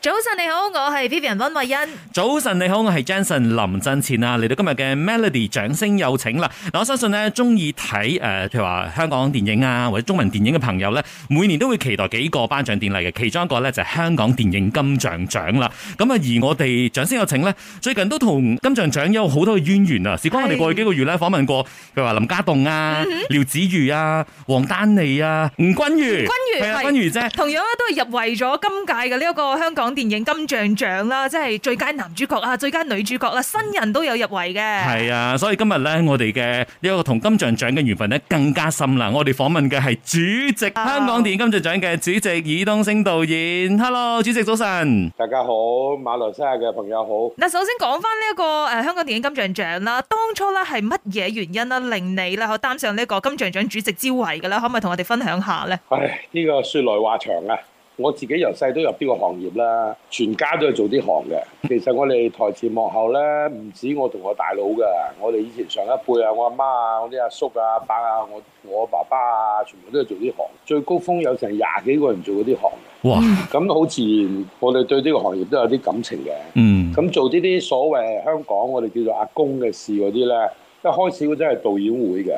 早晨你好，我係 Vivian 溫慧欣。早晨，你好，我係 Jensen 林振前啊，嚟到今日嘅 Melody 掌聲有請啦。嗱，我相信咧，中意睇誒，譬如話香港電影啊，或者中文電影嘅朋友咧，每年都會期待幾個頒獎典禮嘅，其中一個咧就係香港電影金像獎啦。咁啊，而我哋掌聲有請咧，最近都同金像獎有好多嘅淵源啊。事關我哋過去幾個月咧訪問過，譬如話林家棟啊、廖子妤啊、王丹妮啊、吳君如、君如係啊，係君如啫。同樣咧都係入圍咗今屆嘅呢一個香港電影金像獎啦，即係最佳男主角啊、最佳女主角啦，新人都有入圍嘅。係啊，所以今日咧，我哋嘅呢一個同金像獎嘅緣分咧更加深啦。我哋訪問嘅係主席，啊香港電影金像獎嘅主席爾冬陞導演。Hello，主席早晨。大家好，馬來西亞嘅朋友好。嗱，首先講翻呢一個誒香港電影金像獎啦，當初咧係乜嘢原因啦，令你啦可擔上呢個金像獎主席之位嘅咧？可唔可以同我哋分享下咧？唉，呢、個説來話長啊！我自己由細都入呢個行業啦，全家都係做呢行嘅。其實我哋台前幕後咧，唔止我同我大佬㗎，我哋以前上一輩啊，我阿媽啊，我啲阿叔啊、阿伯啊，我我爸爸啊，全部都係做呢行。最高峰有成廿幾個人做嗰啲行，哇，咁好自然，我哋對呢個行業都有啲感情嘅。嗯，咁做呢啲所謂香港我哋叫做阿公嘅事嗰啲呢，一開始嗰陣係導演會嘅。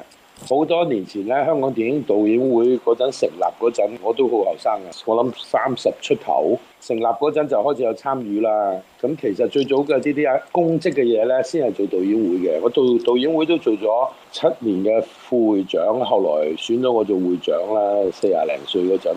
好多年前呢，香港電影導演會嗰陣成立嗰陣，我都好後生嘅，我諗三十出頭。成立嗰陣就開始有參與啦。咁其實最早嘅呢啲啊公職嘅嘢呢，先係做導演會嘅。我做導演會都做咗七年嘅副會長，後來選咗我做會長啦，四廿零歲嗰陣。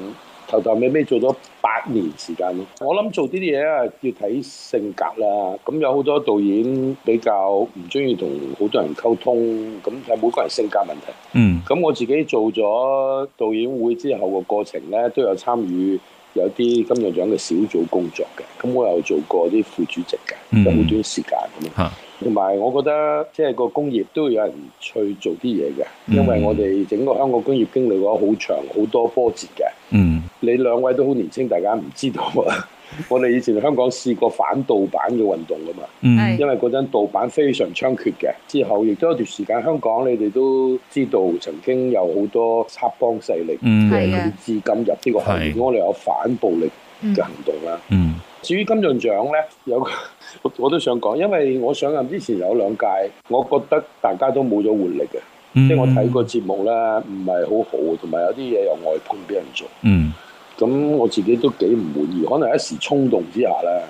頭頭尾尾做咗八年時間咯。我諗做呢啲嘢啊，要睇性格啦。咁有好多導演比較唔中意同好多人溝通，咁係每個人性格問題。嗯，咁我自己做咗導演會之後個過程呢，都有參與有啲金像獎嘅小組工作嘅。咁我又做過啲副主席嘅，嗯有好短時間咁樣。嚇，同埋我覺得即係個工業都有人去做啲嘢嘅，因為嗯我哋整個香港工業經歷咗好長好多波折嘅。嗯，你兩位都好年青，大家唔知道 啊！我哋以前香港試過反盜版嘅運動噶嘛，嗯係，因為嗰陣盜版非常猖獗嘅。之後亦都有段時間，香港你哋都知道曾經有好多黑幫勢力嗯，嘅係啊佢資金入呢個行係業，我哋有反暴力嘅行動啦。嗯，至於金像獎呢，有個 我我都想講，因為我上任之前有兩屆，我覺得大家都冇咗活力嘅，即即係我睇個，節目呢，唔係好好，同埋有啲嘢又外判俾人做。嗯，咁我自己都幾唔滿意，可能一時衝動之下啦。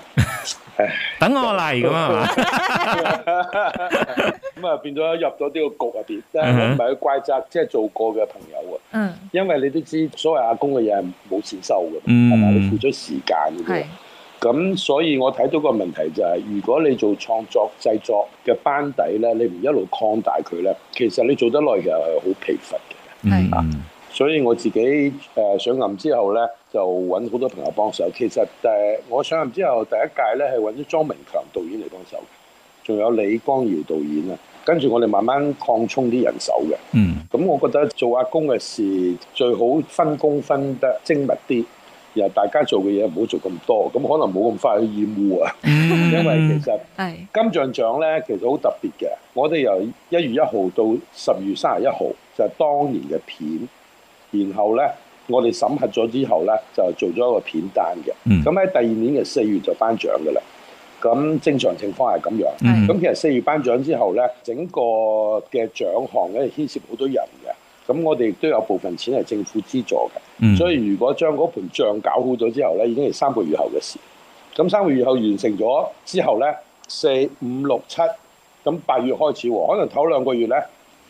等我嚟咁啊嘛，咁啊變咗入咗呢個局入邊，嗯但係哼我唔係去怪責，即係做過嘅朋友啊。嗯，因為你都知所謂阿公嘅嘢係冇錢收嘅，嗯係嘛、你付出時間嘅啫係。咁所以我睇到個問題就係、如果你做創作製作嘅班底咧，你唔一路擴大佢咧，其實你做得耐其實係好疲乏嘅。嗯，所以我自己誒、呃上任之後咧，就揾好多朋友幫手。其實誒、呃我上任之後第一屆咧係揾咗莊明強導演嚟幫手，仲有李光耀導演啊。跟住我哋慢慢擴充啲人手嘅。嗯，咁我覺得做阿公嘅事最好分工分得精密啲，然後大家做嘅嘢唔好做咁多，咁可能冇咁快去厭惡啊。嗯因為其實係金像獎呢，其實好特別嘅，我哋由一月一號到十二月三十一號就係、當年嘅片，然後呢，我哋審核咗之後呢，就做咗一個片單嘅。嗯咁喺第二年嘅四月就頒獎㗎啦。咁正常情況係咁樣。嗯，咁其實四月頒獎之後呢，整個嘅獎項咧牽涉好多人嘅。咁我哋亦都有部分錢係政府資助嘅，咁所以如果將嗰盤帳搞好咗之後呢，已經係三個月後嘅事。咁三個月後完成咗之後呢，四五六七，咁八月開始喎，可能頭兩個月呢，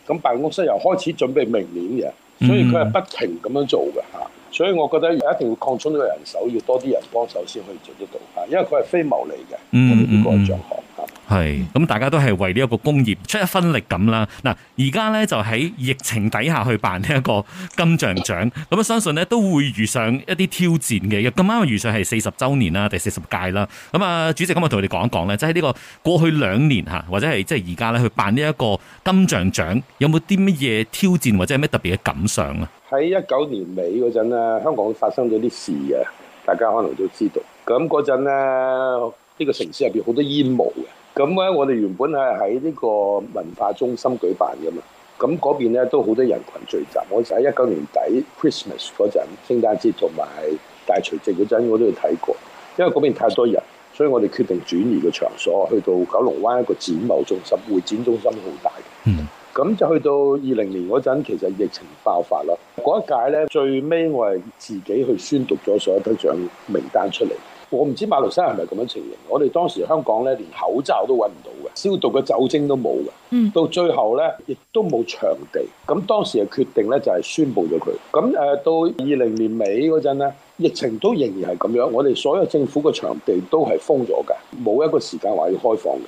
咁辦公室又開始準備明年嘅，所以佢係不停咁樣做嘅嚇。所以我覺得一定要擴充呢個人手，要多啲人幫手先可以做得到嚇，因為佢係非牟利嘅，嗯我哋呢個嗯嗯獎項嚇。係，咁大家都係為呢一個工業出一分力咁啦。嗱，而家咧就喺疫情底下去辦呢一個金像獎，咁啊相信咧都會遇上一啲挑戰嘅。又咁啱啊遇上係四十週年啦，第四十屆啦。咁啊，主席咁啊同我哋講一講咧，即係呢個過去兩年嚇，或者係即係而家咧去辦呢一個金像獎，有冇啲乜嘢挑戰或者係咩特別嘅感想啊？喺一九年尾嗰陣咧，香港發生咗啲事嘅，大家可能都知道。咁嗰陣咧，呢、個城市入邊好多煙霧嘅。咁咧，我哋原本係喺呢個文化中心舉辦嘅嘛。咁嗰邊咧都好多人群聚集。我就喺一九年底 Christmas 嗰陣，聖誕節同埋大除夕嗰陣，我都去睇過。因為嗰邊太多人，所以我哋決定轉移個場所去到九龍灣一個展貿中心，會展中心好大嘅。嗯咁就去到二零年嗰陣，其實疫情爆發啦。嗰一屆呢，最尾我係自己去宣讀咗所有得獎名單出嚟。我唔知馬來西亞係咪咁樣情形。我哋當時香港呢，連口罩都揾唔到嘅，消毒嘅酒精都冇嘅。嗯到最後呢，亦都冇場地。咁當時嘅決定呢，就係、宣布咗佢。咁誒、呃到二零年尾嗰陣呢，疫情都仍然係咁樣。我哋所有政府嘅場地都係封咗嘅，冇一個時間話要開放嘅。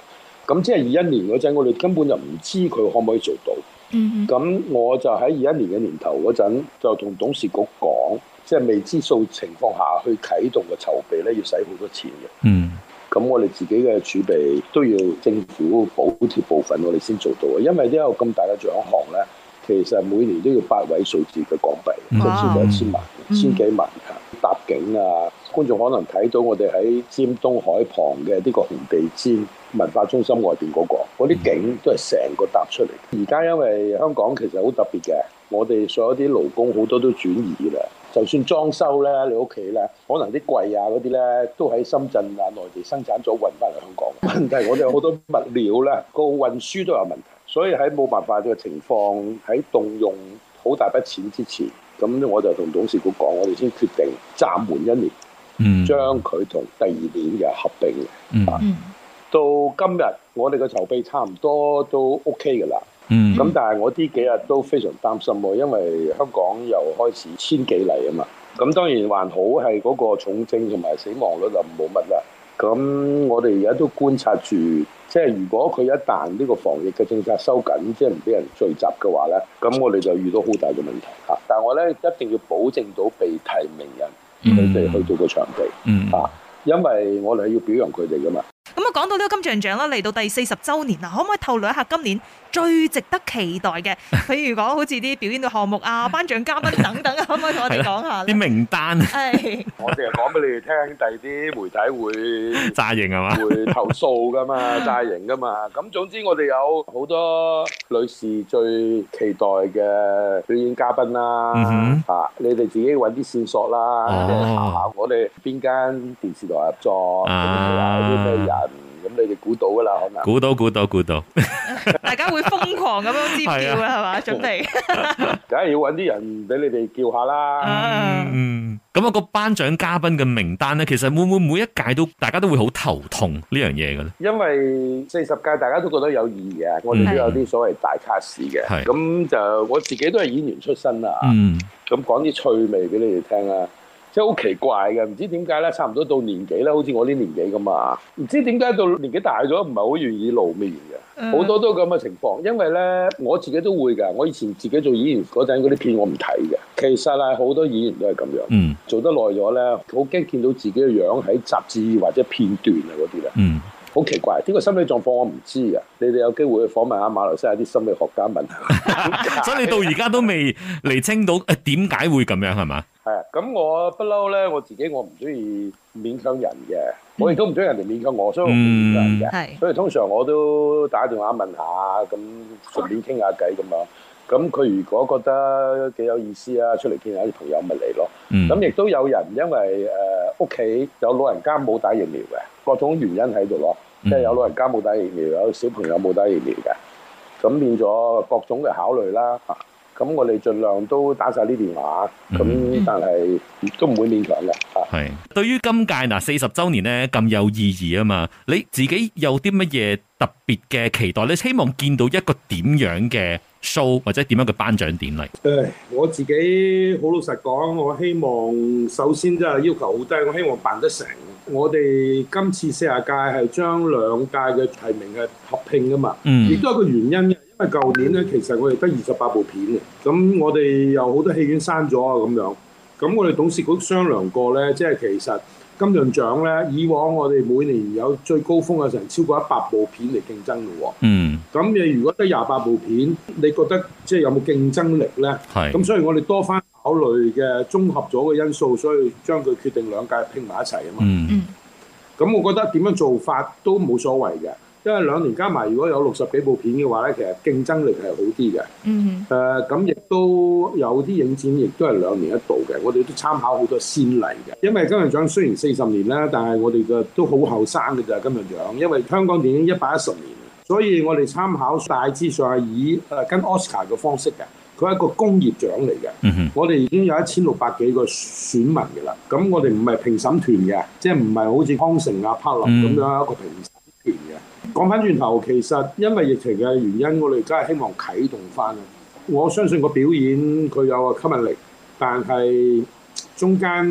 咁即係二一年嗰陣，我哋根本就唔知佢可唔可以做到。嗯咁我就喺二一年嘅年頭嗰陣，就同董事局講，即係未知數情況下去啟動嘅籌備咧，要使好多錢嘅。嗯咁我哋自己嘅儲備都要政府補貼部分，我哋先做到嘅。因為呢個咁大嘅獎項咧，其實每年都要八位數字嘅港幣，嗯咁先到一千萬、嗯千幾萬啊！搭景啊，觀眾可能睇到我哋喺尖東海旁嘅呢個紅地氈文化中心外邊嗰、個，嗰啲景都係成個搭出嚟。而家因為香港其實好特別嘅，我哋所有啲勞工好多都轉移啦。就算裝修咧，你屋企咧，可能啲櫃啊嗰啲咧，都喺深圳啊、內地生產咗運翻嚟香港。 問題我哋有好多物料咧，個運輸都有問題，所以喺冇辦法嘅情況，喺動用好大筆錢之前，咁我就同董事局講，我哋先決定暫緩一年，嗯，將佢同第二年嘅合併嘅。嗯嗯到今日，我哋嘅籌備差唔多都 OK 㗎啦。嗯咁但係我呢幾日都非常擔心喎，因為香港又開始千幾例啊嘛。咁當然還好係嗰個重症同埋死亡率就冇乜啦。咁我哋而家都觀察住，即係如果佢一旦呢個防疫嘅政策收緊，即係唔俾人聚集嘅話咧，咁我哋就遇到好大嘅問題嚇。但係我咧一定要保證到被提名人佢哋去到個場地，嗯啊因為我哋係要表揚佢哋噶嘛。咁啊，講到呢個金像獎啦，嚟到第四十週年啦，可唔可以透露一下今年最值得期待嘅？譬如講好似啲表演嘅項目啊、頒獎嘉賓等等，可唔可以同我哋講下啲咧？名單啊係我哋又講俾你哋聽，第啲媒體會。炸型係嘛？會投訴 噶嘛，炸型噶嘛。咁總之我哋有好多女士最期待嘅表演嘉賓啦，嗯啊，你哋自己揾啲線索啦，哦即係查我哋邊間電視台合作，咁啊佢話有啲咩人，咁你哋估到噶啦，可能。估到估到估到，大家會瘋狂咁樣支票啦，係嘛？準備梗係要揾啲人俾你哋叫下啦。啊嗯，咁啊個頒獎嘉賓嘅名單咧，其實會唔會每一屆都大家都會好頭痛呢樣嘢嘅咧？因為四十屆大家都覺得有意義嘅，我哋都有啲所謂大卡士嘅嗯係，咁就我自己都係演員出身啦。嗯咁講啲趣味俾你哋聽啦。即係好奇怪嘅，唔知點解咧，差唔多到年紀咧，好似我呢年紀咁啊，唔知點解到年紀大咗，唔係好願意露面嘅，嗯好多都咁嘅情況。因為咧，我自己都會㗎，我以前自己做演員嗰陣，嗰啲片我唔睇嘅。其實係好多演員都係咁樣，嗯做得耐咗咧，好驚見到自己嘅樣喺雜誌或者片段啊嗰啲咧，嗯，。好奇怪。呢、個心理狀況我唔知嘅，你哋有機會去訪問下馬來西亞啲心理學家問下所以你到而家都未釐清到誒點解會咁樣係嘛？係啊，咁我不嬲咧，我自己我唔中意勉強人嘅，嗯我亦都唔中意人哋勉強我，所以我唔勉強人嘅。嗯係所以通常我都打電話問下，咁順便傾下偈咁樣。咁佢如果覺得幾有意思啊，出嚟見下啲朋友咪嚟咯。嗯咁亦都有人因為誒屋企有老人家冇打疫苗嘅，各種原因喺度咯，嗯即係有老人家冇打疫苗，有小朋友冇打疫苗嘅，咁變咗各種嘅考慮啦。啊咁我哋盡量都打晒啲電話，咁嗯但係都唔會勉強嘅嚇。啊係對於今屆嗱四十週年咧咁有意義啊嘛，你自己有啲乜嘢特別嘅期待？你希望見到一個點樣嘅 show 或者點樣嘅頒獎典禮？唉，我自己好老實講，我希望首先真係要求好低，我希望辦得成。我哋今次四十屆係將兩屆嘅提名係合併噶嘛，嗯亦都有個原因嘅，因為舊年咧其實我哋得二十八部片嘅，咁我哋有好多戲院閂咗啊咁樣，咁我哋董事局商量過咧，即係其實金像獎咧，以往我哋每年有最高峰嘅成超過一百部片嚟競爭嘅喎，嗯，咁你如果得廿八部片，你覺得即係有冇競爭力咧？係咁所以我哋多番考慮嘅綜合咗嘅因素，所以將佢決定兩屆拼埋一齊啊嘛。嗯嗯咁、我覺得點樣做法都冇所謂嘅，即係兩年加埋，如果有六十幾部片嘅話咧，其實競爭力係好啲嘅。嗯誒咁亦都有啲影展，亦都係兩年一度嘅。我哋都參考好多先例嘅，因為金像獎雖然四十年啦，但係我哋嘅都好後生嘅咋金像獎，因為香港電影一百一十年，啊所以我哋參考大致上係以誒跟 Oscar 嘅方式嘅，佢係一個工業獎嚟嘅。嗯哼，我哋已經有一千六百幾個選民嘅啦，咁我哋唔係評審團嘅，即係唔係好似康城啊、柏林咁樣一個評審團嘅。講翻轉頭，其實因為疫情嘅原因，我哋梗係希望啟動翻啦。我相信個表演佢有個吸引力，但係中間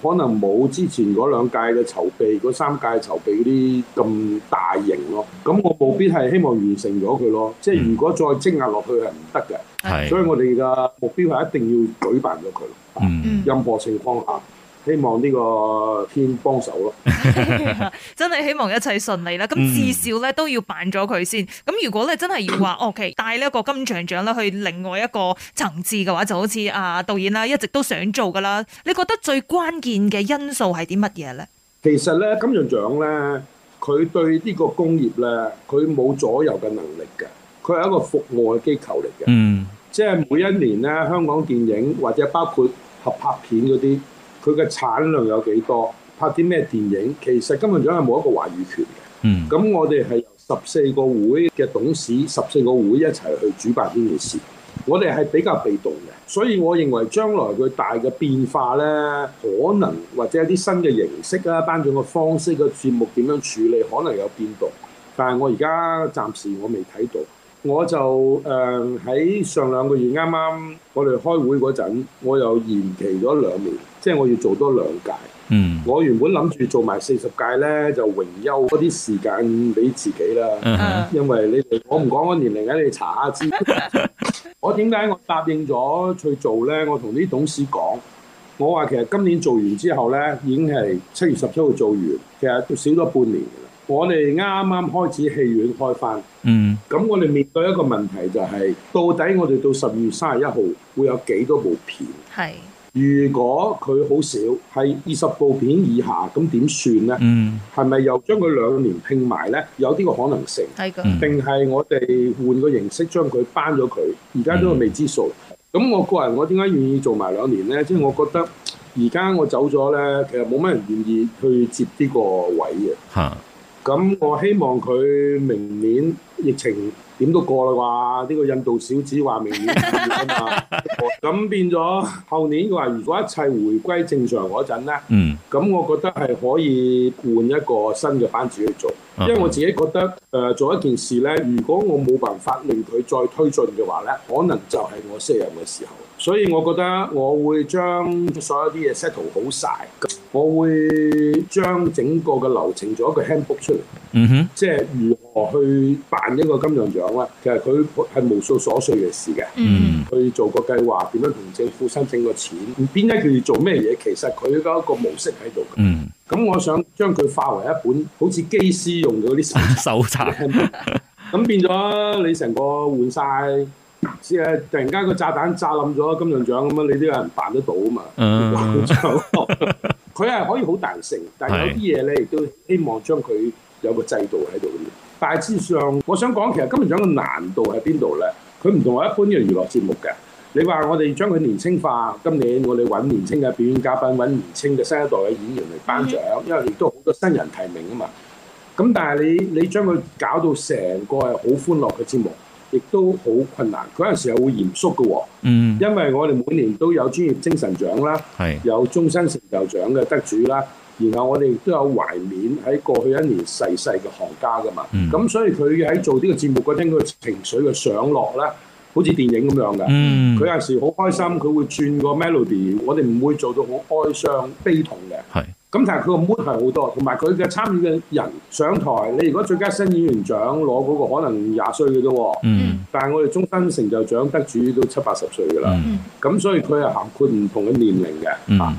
可能冇之前嗰兩屆嘅籌備、嗰三屆籌備嗰啲咁大型咯。咁我務必係希望完成咗佢咯。即係如果再積壓落去係唔得嘅。嗯所以係，我哋嘅目標係一定要舉辦咗佢，嗯。嗯任何情況下，希望呢個天幫手咯。哼， 真係希望一切順利啦。咁嗯至少咧都要辦咗佢先。咁如果咧真係要 話哦，OK，帶呢一個金像獎咧去另外一個層次嘅話，就好似啊導演啦，一直都想做噶啦。你覺得最關鍵嘅因素係啲乜嘢咧？其實咧，金像獎咧，佢對呢個工業咧，佢冇左右嘅能力嘅，佢係一個服務嘅機構嚟嘅。嗯，即係每一年咧，香港電影或者包括合拍片嗰啲，佢嘅產量有幾多，拍啲咩電影，其實金像獎係冇一個話語權嘅。嗯，咁我哋係由十四個會嘅董事、十四個會一齊去主辦呢件事，我哋係比較被動嘅，所以我認為將來佢大嘅變化呢，可能或者有啲新嘅形式啊、頒獎嘅方式、個節目點樣處理，可能有變動。但係我而家暫時我未睇到，我就誒喺、上兩個月啱啱我哋開會嗰陣，我又延期咗兩年，即係我要做多兩屆。嗯，我原本諗住做埋四十屆咧，就榮休嗰啲時間俾自己啦。嗯哼因為你哋我唔講我年齡啊，你哋查下知。我點解我答應咗去做咧？我同啲董事講，我話其實今年做完之後咧，已經係七月十七號做完，其實都少咗半年㗎啦。我哋啱啱開始戲院開翻，嗯，咁我哋面對一個問題就係、到底我哋到十二月三十一號會有幾多部片？係如果佢好少，係二十部片以下，咁點算呢？嗯，係咪又將佢兩年拼埋呢？有呢個可能性，係噶，嗯定係我哋換個形式將佢班咗佢？而家都未知數。咁我個人我點解願意做埋兩年呢？即係我覺得而家我走咗呢，其實冇乜人願意去接呢個位嘅。吓，咁我希望佢明年疫情點都過啦啩？呢、個印度小子話明年啊嘛，咁變咗後年佢話如果一切回歸正常嗰 陣咧，嗯，咁我覺得係可以換一個新嘅班子去做，因為我自己覺得誒、呃做一件事咧，如果我冇辦法令佢再推進嘅話咧，可能就係我卸任嘅時候。所以我覺得我會將所有啲嘢 settle 好晒，我會將整個嘅流程做一個 handbook 出嚟。嗯哼，即係如何去辦一個金像獎啦，其實佢係無數瑣碎嘅事嘅，嗯嗯，去做個計劃，點樣同政府申請個錢，邊一個要做咩嘢，其實佢有一個模式喺度嘅。嗯，咁我想將佢化為一本好似機師用嘅嗰啲手搜查，冊，咁變咗你成個換晒，即係突然間個炸彈炸冧咗金像獎咁樣，你都有人辦得到啊嘛。嗯， 佢係可以好彈性，但係有啲嘢咧，亦都希望將佢有個制度喺度嘅。大致上，我想講其實金像獎嘅難度喺邊度咧？佢唔同我一般嘅娛樂節目嘅。你話我哋將佢年青化，今年我哋揾年青嘅表演嘉賓，揾年青嘅新一代嘅演員嚟頒獎，因為亦都好多新人提名啊嘛。咁但係你你將佢搞到成個係好歡樂嘅節目，亦都好困難。嗰陣時又會嚴肅嘅喎，嗯，因為我哋每年都有專業精神獎啦。係，有終身成就獎嘅得主啦，然後我哋亦都有懷緬喺過去一年逝世嘅行家噶嘛嗯，咁、所以佢喺做呢個節目嗰陣，佢情緒嘅上落咧，好似電影咁樣嘅。嗯，佢有時好開心，佢會轉個 melody，我哋唔會做到好哀傷悲痛嘅。係，咁但係佢個 mood 係好多，同埋佢嘅參與嘅人上台，你如果最佳新演員獎攞嗰個可能廿歲嘅啫喎，嗯，但係我哋終身成就獎得主都七八十歲㗎啦。嗯，咁所以佢係涵括唔同嘅年齡嘅。嗯啊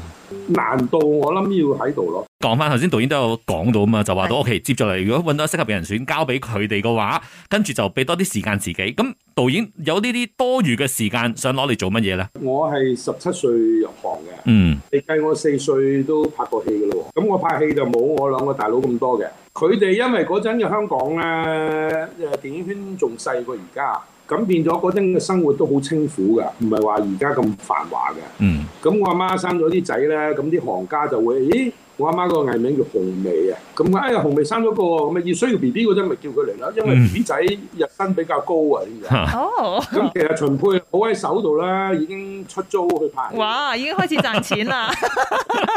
難度我諗要喺度咯。講翻頭先導演都有講到啊嘛，就話到係 OK，接住嚟如果揾到適合嘅人選交俾佢哋嘅話，跟住就俾多啲時間自己。咁導演有呢啲多餘嘅時間，想攞嚟做乜嘢咧？我係十七歲入行嘅。嗯，你計我四歲都拍過戲嘅咯喎，咁我拍戲就冇我兩個大佬咁多嘅。佢哋因為嗰陣嘅香港咧，誒電影圈仲細過而家，咁變咗嗰陣嘅生活都好清苦㗎，唔係話而家咁繁華嘅。嗯，咁我阿媽生咗啲仔咧，咁啲行家就會，咦，我阿媽個藝名叫紅眉啊，咁我哎呀紅眉生咗個喎，咁啊要需要 B B 嗰陣咪叫佢嚟啦，因為嗯 B B 仔日薪比較高啊，點解？嚇哦，咁其實秦沛啊好喺手度啦，已經出租去拍戲。哇，已經開始賺錢啦，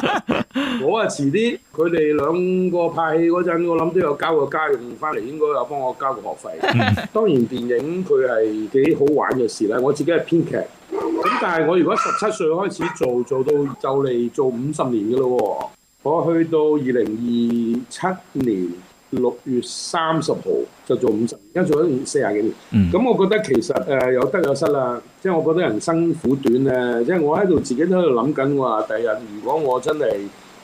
我啊遲啲，佢哋兩個派戲嗰陣，我諗都有交過家用翻嚟，應該有幫我交過學費。當然電影佢係幾好玩嘅事啦，我自己係編劇。咁但係我如果十七歲開始做，做到就嚟做五十年嘅咯喎。我去到二零二七年六月三十號就做五十年，而家做咗四廿幾年。嗯咁我覺得其實誒、呃有得有失啦，即係我覺得人生苦短咧，即係我喺度自己都喺度諗緊，我話第日如果我真係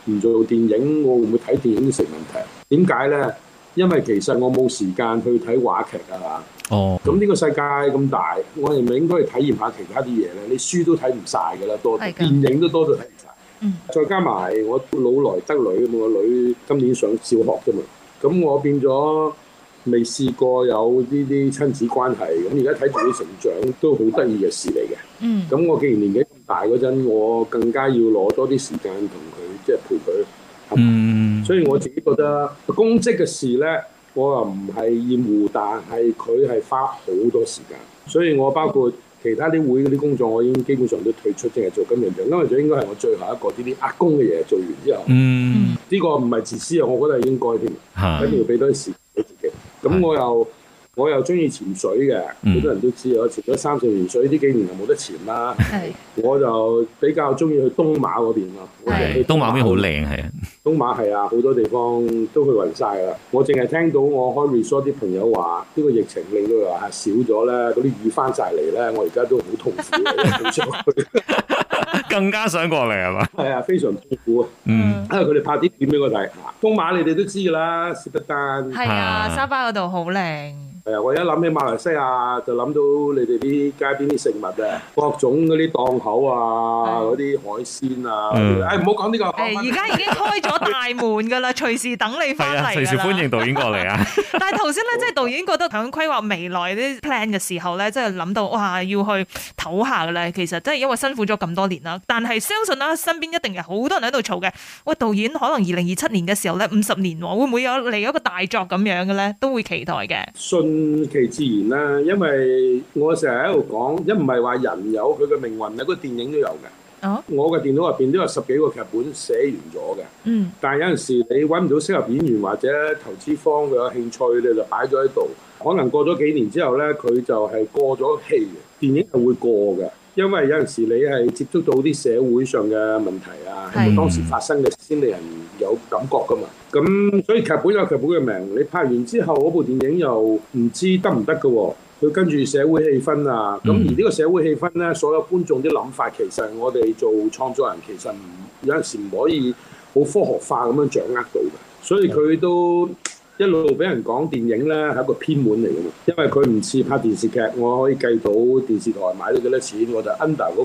唔做電影，我會唔會睇電影成問題？點解咧？因為其實我冇時間去睇話劇啊，哦，咁呢個世界咁大，我哋咪應該去體驗下其他啲嘢咧？你書都睇唔晒㗎啦，多到係㗎電影都多到睇唔晒。嗯再加埋我老來得女咁，我女今年上小學啫嘛，咁我變咗未試過有呢啲親子關係，咁而家睇自己成長都好得意嘅事嚟嘅。嗯，咁我既然年紀咁大嗰陣，我更加要攞多啲時間同佢，即係陪佢。嗯，所以我自己覺得公職嘅事呢，我又唔係厭惡，但係佢係花好多時間。所以我包括其他啲會嗰啲工作，我已經基本上都退出，淨係做金融獎，因為就應該係我最後一個呢啲壓工嘅嘢做完之後，呢、嗯，個唔係自私啊，我覺得係應該添。嚇一定要俾多啲時間俾自己。咁我又我又中意潛水嘅，嗯好多人都知啊我潛咗三四年水，呢幾年就冇得潛啦。係，我就比較中意去東馬嗰邊咯。我就去係東馬邊好靚係啊，東馬係啊，好多地方都去暈晒㗎啦。我淨係聽到我開 resort 啲朋友話，呢、個疫情令到遊客少咗咧，嗰啲魚翻晒嚟咧，我而家都好痛苦，因為好想去，更加想過嚟係嘛？係啊，非常痛苦啊！嗯，因為佢哋拍啲片俾我睇，啊東馬你哋都知㗎啦，薛德丹。係啊，沙巴嗰度好靚，係啊，我一諗起馬來西亞就諗到你哋啲街邊啲食物啊，各種嗰啲檔口啊，係嗰啲海鮮啊，嗯誒唔好講呢個，誒，講而返家已經開咗大門㗎啦，隨時等你翻嚟㗎係啊，啦，隨時歡迎導演過嚟啊！ 但係頭先咧，即係導演覺得響規劃未來啲 plan 嘅時候咧，即係諗到哇，要去唞下嘅咧。其實真係因為辛苦咗咁多年啦，但係相信啦，身邊一定有好多人喺度嘈嘅。喂，導演可能二零二七年嘅時候咧，五十年喎，會唔會有嚟一個大作咁樣嘅咧？都會期待嘅。順其自然啦，因為我成日喺度講，一唔係話人有佢嘅命運咧，個電影都有嘅。哦我嘅電腦入邊都有十幾個劇本寫完咗嘅，嗯，但係有陣時你揾唔到適合演員或者投資方佢有興趣，你就擺咗喺度。可能過咗幾年之後呢，佢就係過咗氣嘅，電影係會過嘅。因為有陣時你係接觸到啲社會上嘅問題啊，係當時發生嘅先令人有感覺噶嘛。咁所以劇本有劇本嘅名，你拍完之後嗰部電影又唔知得唔得嘅喎。佢跟住社會氣氛啊，咁嗯而呢個社會氣氛呢，所有觀眾啲諗法其實我哋做創作人其實唔有陣時唔可以好科學化咁樣掌握到嘅，所以佢都一路俾人講電影咧係一個偏門嚟嘅嘛，因為佢唔似拍電視劇，我可以計到電視台買咗幾多錢，我就 under 嗰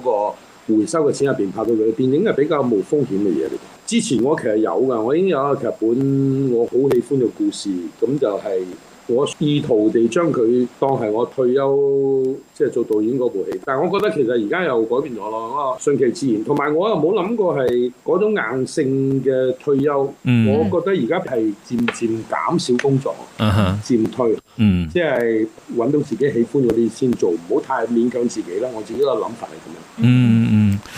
個回收嘅錢入邊拍到佢。電影係比較無風險嘅嘢嚟嘅。之前我其實有㗎，我已經有一個劇本，我好喜歡嘅故事，咁就係、我意圖地將佢當係我退休即係做導演嗰部戲，但係我覺得其實而家又改變咗咯，我順其自然，同埋我又冇諗過係嗰種硬性嘅退休，嗯我覺得而家係漸漸減少工作，嗯哼，漸退，嗯即係揾到自己喜歡嗰啲先做，唔好太勉強自己啦。我自己個諗法係咁樣。嗯嗯。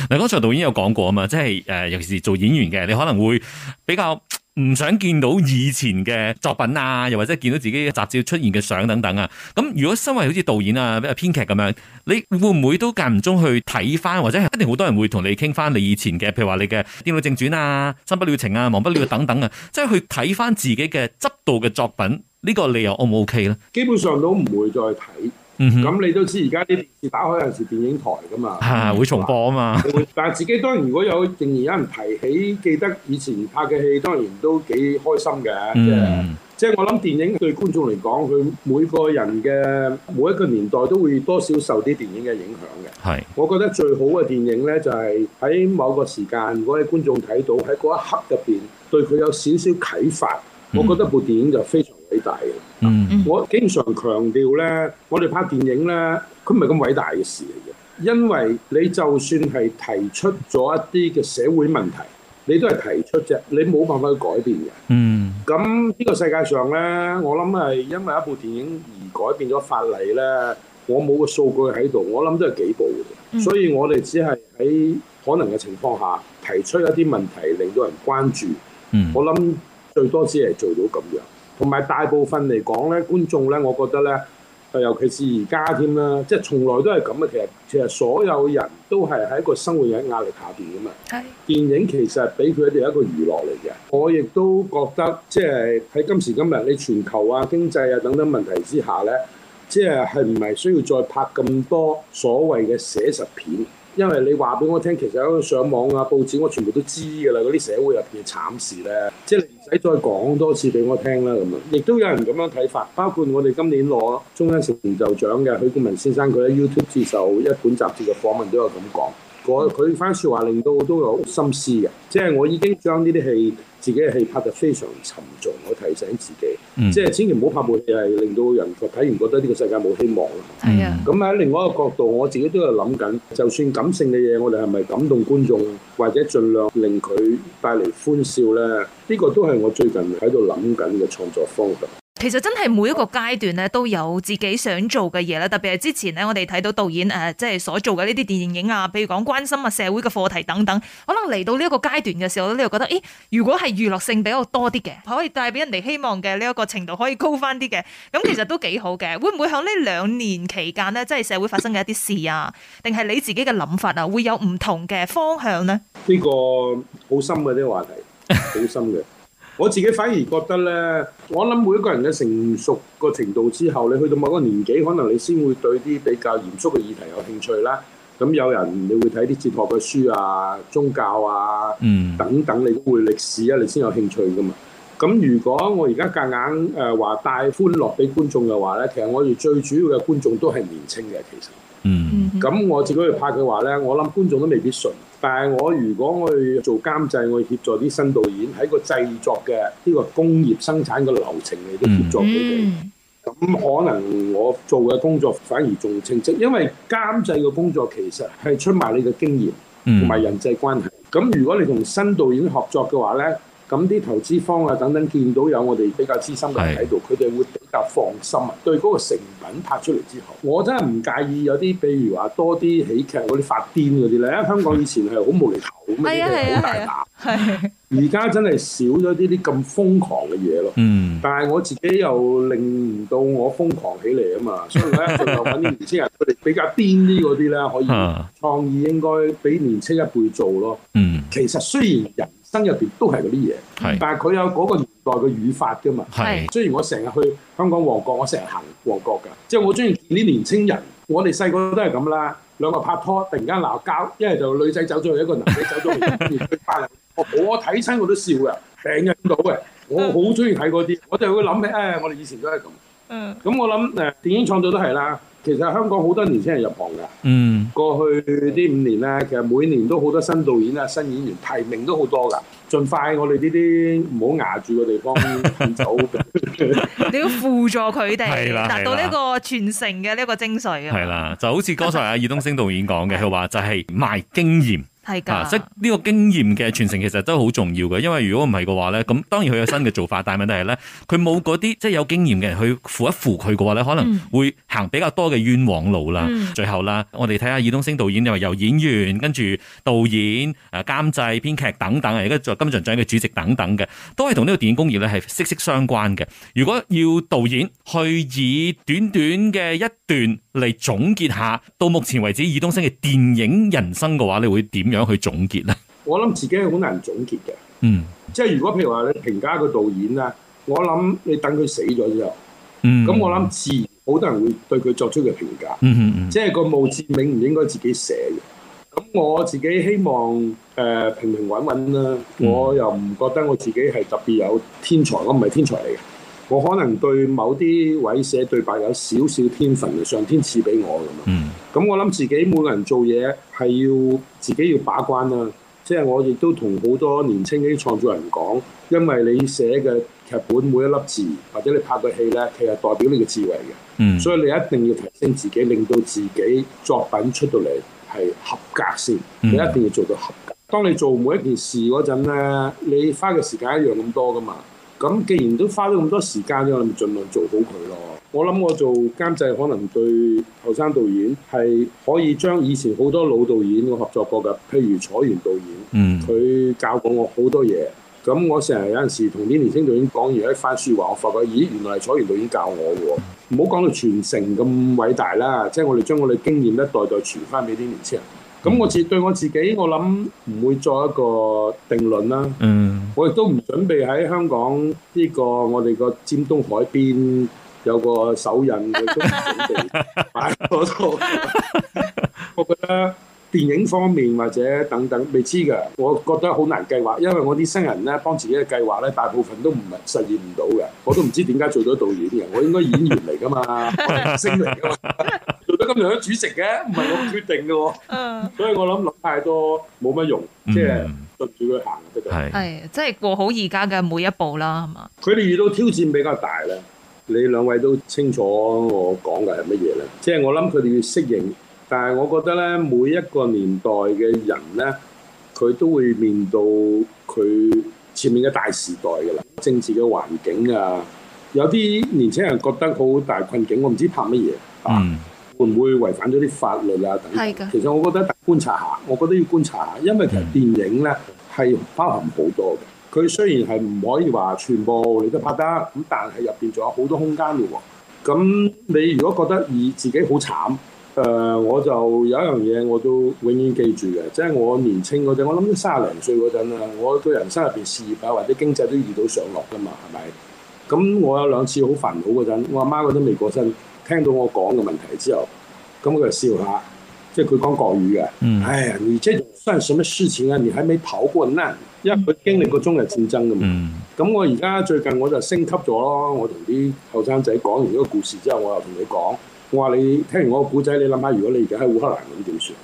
嗱，剛才導演有講過啊嘛，即係誒，尤其是做演員嘅，你可能會比較唔想見到以前嘅作品啊，又或者見到自己雜誌出現嘅相等等啊。咁如果身為好似導演啊、編劇咁樣，你會唔會都間唔中去睇翻，或者係一定好多人會同你傾翻你以前嘅，譬如話你嘅《電腦正傳》啊、《新不了情》啊、《忘不了》等等啊，即係去睇翻自己嘅執導嘅作品，呢、個你又 O 唔 OK 咧？基本上都唔會再睇，嗯哼，咁你都知而家啲電視打開有陣時電影台噶 嘛，啊會重播啊嘛，但係自己當然如果有仍然有人提起記得以前拍嘅戲，當然都幾開心嘅，即係嗯即係我諗電影對觀眾嚟講，佢每個人嘅每一個年代都會多少受啲電影嘅影響嘅。係我覺得最好嘅電影呢，就係、喺某個時間，如果啲觀眾睇到喺嗰一刻入邊對佢有少少啟發，我覺得部電影就非常偉大嘅。嗯我經常強調咧，我哋拍電影咧，佢唔係咁偉大嘅事嚟嘅，因為你就算係提出咗一啲嘅社會問題，你都係提出啫，你冇辦法去改變嘅。嗯咁呢個世界上咧，我諗係因為一部電影而改變咗法例咧，我冇個數據喺度，我諗都係幾步嘅啫，所以我哋只係喺可能嘅情況下提出一啲問題，令到人關注。嗯我諗最多只係做到咁樣，同埋大部分嚟講咧，觀眾咧，我覺得咧，呃尤其是而家添啦，即係從來都係咁啊嘅。其實其實所有人都係喺一個生活嘅壓力下邊噶嘛。係電影其實俾佢哋一個娛樂嚟嘅。我亦都覺得即係喺今時今日，你全球啊、經濟啊等等問題之下咧，即係係唔係需要再拍咁多所謂嘅寫實片？因為你話俾我聽，其實喺上網啊、報紙，我全部都知㗎啦。嗰啲社會入邊嘅慘事咧，即係你唔使再講多次俾我聽啦。咁樣，亦都有人咁樣睇法，包括我哋今年攞中央成就獎嘅許冠文先生，佢喺 YouTube 接受一本雜誌嘅訪問都有咁講。我佢番説話令到我都有心思嘅，即係我已經將呢啲戲自己嘅戲拍得非常沉重，我提醒自己，嗯即係千祈唔好拍部戲係令到人睇完覺得呢個世界冇希望啦。嗯係啊，咁喺另外一個角度，我自己都有諗緊，就算感性嘅嘢，我哋係咪感動觀眾，或者盡量令佢帶嚟歡笑呢？呢個都係我最近喺度諗緊嘅創作方向。其實真係每一個階段咧都有自己想做嘅嘢啦，特別係之前咧，我哋睇到導演誒、呃即係所做嘅呢啲電影啊，譬如講關心啊社會嘅課題等等，可能嚟到呢一個階段嘅時候咧，你又覺得，咦，如果係娛樂性比較多啲嘅，可以帶俾人哋希望嘅呢一個程度可以高翻啲嘅，咁其實都幾好嘅。會唔會喺呢兩年期間呢，即係社會發生嘅一啲事啊，定係你自己嘅諗法啊，會有唔同嘅方向呢？呢個好深嘅呢個話題，好深嘅。我自己反而覺得呢，我諗每一個人嘅成熟個程度之後，你去到某個年紀，可能你先會對啲比較嚴肅嘅議題有興趣啦。咁有人你會睇啲哲學嘅書啊、宗教啊。嗯等等，你都會歷史啊，你先有興趣噶嘛。咁如果我而家夾硬誒話帶歡樂俾觀眾嘅話咧，其實我哋最主要嘅觀眾都係年青嘅，其實。嗯嗯哼咁我自己去拍嘅話咧，我諗觀眾都未必信。但係我如果我去做監製，我去協助啲新導演喺個製作嘅呢個工業生產嘅流程嚟都協助佢哋。嗯咁可能我做嘅工作反而仲稱職，因為監製嘅工作其實係出賣你嘅經驗。嗯，同埋人際關係。咁如果你同新導演合作嘅話呢，咁啲投資方啊等等見到有我哋比較資深嘅人喺度，佢哋會比較放心啊。對嗰個成品拍出嚟之後，我真係唔介意有啲譬如話多啲喜劇嗰啲發癲嗰啲咧，因為香港以前係好無厘頭咁係啊係啊嘅，好大係膽。係而家真係少咗呢啲咁瘋狂嘅嘢咯。嗯但係我自己又令唔到我瘋狂起嚟啊嘛，所以咧盡量揾啲年青人，佢哋比較癲啲嗰啲咧，啊可以創意應該俾年青一輩做咯。嗯其實雖然人生入邊都係嗰啲嘢，係但係佢有嗰個年代嘅語法噶嘛。係雖然我成日去香港旺角，我成日行旺角㗎，即係我中意見啲年青人。我哋細個都係咁啦，兩個拍拖突然間鬧交，一係就女仔走咗去，一個男仔走咗去，而佢翻嚟，我我睇親我都笑㗎，成日見到嘅。我好中意睇嗰啲，我就會諗起，誒、我哋以前都係咁。嗯咁我諗誒、電影創作都係啦。其實香港好多年青人入行㗎。嗯過去呢五年咧，其實每年都好多新導演啊、新演員提名都好多㗎。盡快我哋呢啲唔好牙住嘅地方趕走。你要輔助佢係哋啦係啦達到呢一個傳承嘅呢一個精髓啊係，啦，就好似剛才阿葉東升導演講嘅，佢話就係賣經驗。係 㗎。啊，即係呢個經驗嘅傳承其實都好重要嘅，因為如果唔係嘅話咧，咁當然佢有新嘅做法，但係問題係咧，佢冇嗰啲即係有經驗嘅人去扶一扶佢嘅話咧，可能嗯會行比較多嘅冤枉路啦。嗯最後啦，我哋睇下葉東升導演又由演員跟住導演、誒監製、編劇等等，而家做金像獎嘅主席等等嘅，都係同呢個電影工業咧係息息相關嘅。如果要導演去以短短嘅一段嚟總結下到目前為止葉東升嘅電影人生嘅話，你會點樣去總結呢？我諗自己係好難總結嘅，嗯即係如果譬啊如話你評價一個導演啦，我諗你等佢死咗之後，嗯，咁我諗自然好多人會對佢作出嘅評價。嗯嗯嗯，即係個墓誌銘唔應該自己寫嘅。咁我自己希望誒、呃平平穩穩啦，嗯我又唔覺得我自己係特別有天才，我唔係天才嚟嘅。我可能對某啲位寫對白有少少天分，上天賜俾我咁啊。嗯咁我諗自己每個人做嘢係要自己要把關啦。即係我亦都同好多年青嘅啲創作人講，因為你寫嘅劇本每一粒字或者你拍嘅戲咧，其實代表你嘅智慧嘅。嗯，所以你一定要提升自己，令到自己作品出到嚟係合格先。嗯你一定要做到合格。當你做每一件事嗰陣咧，你花嘅時間一樣咁多噶嘛。咁既然都花咗咁多時間，我咪盡量做好佢咯。我諗我做監製，可能對後生導演係可以將以前好多老導演我合作過嘅，譬如楚原導演。嗯佢教過我好多嘢。咁我成日有陣時同啲年輕導演講完一番説話，我發覺咦，原來係楚原導演教我喎。唔好講到傳承咁偉大啦，即係我哋將我哋經驗一代代傳翻俾啲年輕人。咁我自對我自己，我諗唔會作一個定論啦。 嗯我亦都唔準備喺香港呢個我哋個尖東海邊有個手印，我亦都唔準備擺喺嗰度。我覺得電影方面或者等等未知嘅，我覺得好難計劃，因為我啲新人咧幫自己嘅計劃咧，大部分都唔係實現唔到嘅。我都唔知點解做咗導演嘅，我應該演員嚟噶嘛，我係明星嚟噶嘛，做咗咁樣主席嘅，唔係我決定嘅喎。嗯，所以我諗諗太多冇乜用，即係啊嗯順住佢行就得㗎。係係即係過好而家嘅每一步啦，係嘛？佢哋遇到挑戰比較大咧，你兩位都清楚我講嘅係乜嘢咧？即係我諗佢哋要適應，但係我覺得咧，每一個年代嘅人咧，佢都會面到佢前面嘅大時代㗎啦，政治嘅環境啊，有啲年青人覺得好大困境，我唔知拍乜嘢啊。嗯會唔會違反咗啲法律啊？等係等㗎。其實我覺得觀察下，我覺得要觀察下，因為其實電影咧係包含好多嘅。佢雖然係唔可以話全部你都拍得，咁但係入邊仲有好多空間嘅喎。咁你如果覺得以自己好慘，誒、我就有一樣嘢我都永遠記住嘅，即係我年青嗰陣，我諗三十零歲嗰陣啊，我對人生入邊事業啊或者經濟都遇到上落㗎嘛，係咪？咁我有兩次好煩惱嗰陣，我阿媽嗰陣未過身，聽到我講嘅問題之後，咁佢就笑下，即係佢講國語嘅。嗯哎呀，你這種算什麼事情啊？你還沒逃過難，因為佢經歷過中日戰爭㗎嘛。嗯咁我而家最近我就升級咗咯，我同啲後生仔講完呢個故事之後，我又同佢講，我話你聽完我個故仔，你諗下如果你而家喺烏克蘭咁點算？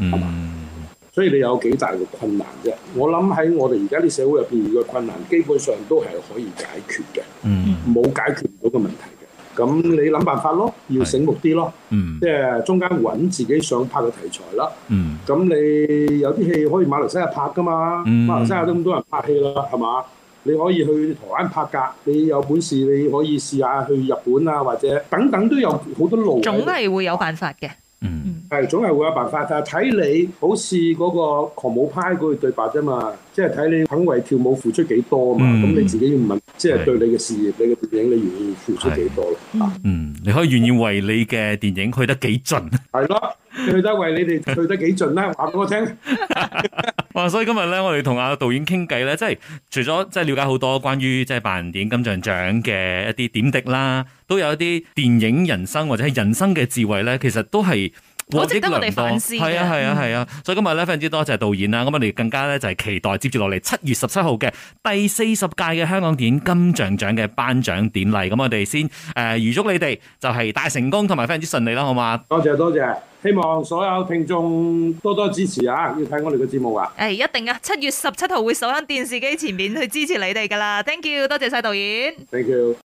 嗯所以你有幾大嘅困難啫。我諗喺我哋而家啲社會入邊遇嘅困難，基本上都係可以解決嘅，嗯冇解決唔到嘅問題嘅。咁你諗辦法咯，要係醒目啲咯，嗯即係中間揾自己想拍嘅題材啦。嗯咁你有啲戲可以馬來西亞拍噶嘛？嗯馬來西亞都咁多人拍戲啦，係嘛？你可以去台灣拍㗎，你有本事你可以試下去日本啊，或者等等都有好多路喺度。總啊係會有辦法嘅。嗯係總係會有辦法，但係睇你好似嗰個狂舞派嗰句對白啫嘛，即係睇你肯為跳舞付出幾多嘛。嗯咁、你自己要問，即係係對你嘅事業、你嘅電影，你願意付出幾多咯？啊嗯，你可以願意為你嘅電影去得幾盡。 係咯，你去得為你哋去得幾盡啦？話俾我聽。哇！所以今日咧，我哋同阿導演傾偈咧，即係除咗即係了解好多關於即係扮電影金像獎嘅一啲點滴啦，都有一啲電影人生或者係人生嘅智慧咧，其實都係。好值得我哋反思嘅嗯係啊係啊係啊！所以今日咧非常之多謝導演啦，咁我哋更加咧就係期待接住落嚟七月十七號嘅第四十屆嘅香港電影金像獎嘅頒獎典禮，咁我哋先誒預祝你哋就係大成功同埋非常之順利啦，好嘛？多謝多謝，希望所有聽眾多多支持啊！要睇我哋嘅節目啊！誒，一定啊！七月十七號會守喺電視機前面去支持你哋噶啦。Thank you，多謝晒導演。 Thank you。